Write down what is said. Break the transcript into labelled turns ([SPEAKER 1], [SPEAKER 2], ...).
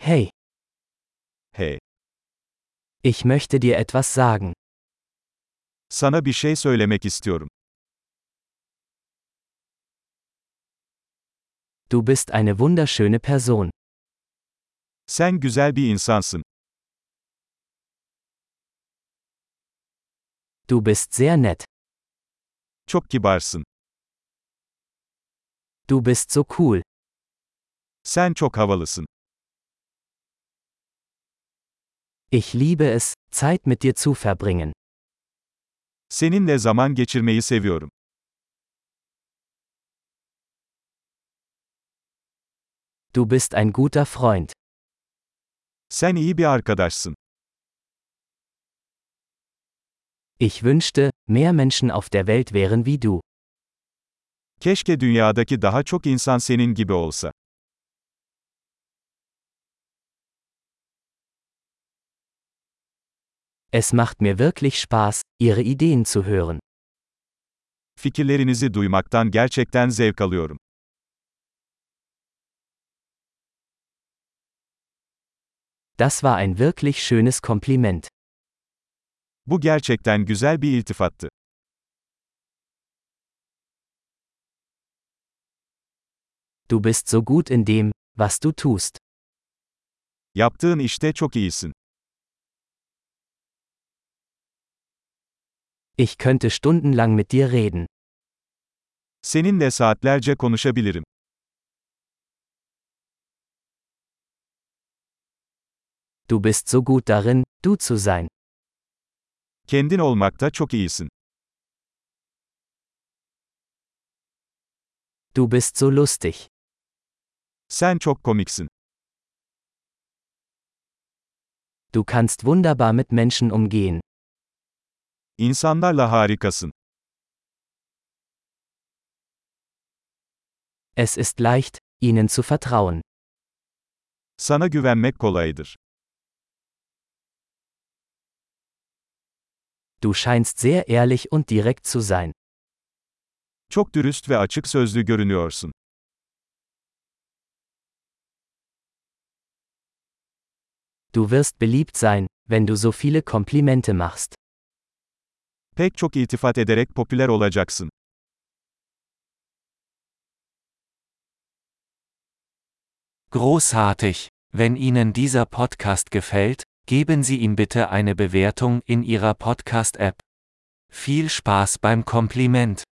[SPEAKER 1] Hey,
[SPEAKER 2] Hey,
[SPEAKER 1] ich möchte dir etwas sagen.
[SPEAKER 2] sana bir şey söylemek istiyorum.
[SPEAKER 1] Du bist eine wunderschöne Person.
[SPEAKER 2] Sen güzel bir insansın.
[SPEAKER 1] Du bist sehr nett.
[SPEAKER 2] Çok kibarsın.
[SPEAKER 1] Du bist so cool.
[SPEAKER 2] Sen çok havalısın.
[SPEAKER 1] Ich liebe es, Zeit mit dir zu verbringen.
[SPEAKER 2] Seninle zaman geçirmeyi seviyorum.
[SPEAKER 1] Du bist ein guter Freund.
[SPEAKER 2] Sen iyi bir arkadaşsın.
[SPEAKER 1] Ich wünschte, mehr Menschen auf der Welt wären wie du.
[SPEAKER 2] Keşke dünyadaki daha çok insan senin gibi olsa.
[SPEAKER 1] Es macht mir wirklich Spaß, ihre Ideen zu hören.
[SPEAKER 2] Fikirlerinizi duymaktan gerçekten zevk alıyorum.
[SPEAKER 1] Das war ein wirklich schönes Kompliment.
[SPEAKER 2] Bu gerçekten güzel bir iltifattı.
[SPEAKER 1] Du bist so gut in dem, was du tust.
[SPEAKER 2] Yaptığın işte çok iyisin.
[SPEAKER 1] Ich könnte stundenlang mit dir reden.
[SPEAKER 2] Seninle saatlerce konuşabilirim.
[SPEAKER 1] Du bist so gut darin, du zu sein.
[SPEAKER 2] Kendin olmakta çok iyisin.
[SPEAKER 1] Du bist so lustig.
[SPEAKER 2] Sen çok komiksin.
[SPEAKER 1] Du kannst wunderbar mit Menschen umgehen.
[SPEAKER 2] İnsanlarla harikasın.
[SPEAKER 1] Es ist leicht, ihnen zu vertrauen.
[SPEAKER 2] Sana güvenmek kolaydır.
[SPEAKER 1] Du scheinst sehr ehrlich und direkt zu sein.
[SPEAKER 2] Çok dürüst ve açık sözlü görünüyorsun.
[SPEAKER 1] Du wirst beliebt sein, wenn du so viele Komplimente machst.
[SPEAKER 2] Pek çok iltifat ederek popüler olacaksın.
[SPEAKER 3] Großartig! Wenn Ihnen dieser Podcast gefällt, geben Sie ihm bitte eine Bewertung in Ihrer Podcast-App. Viel Spaß beim Kompliment!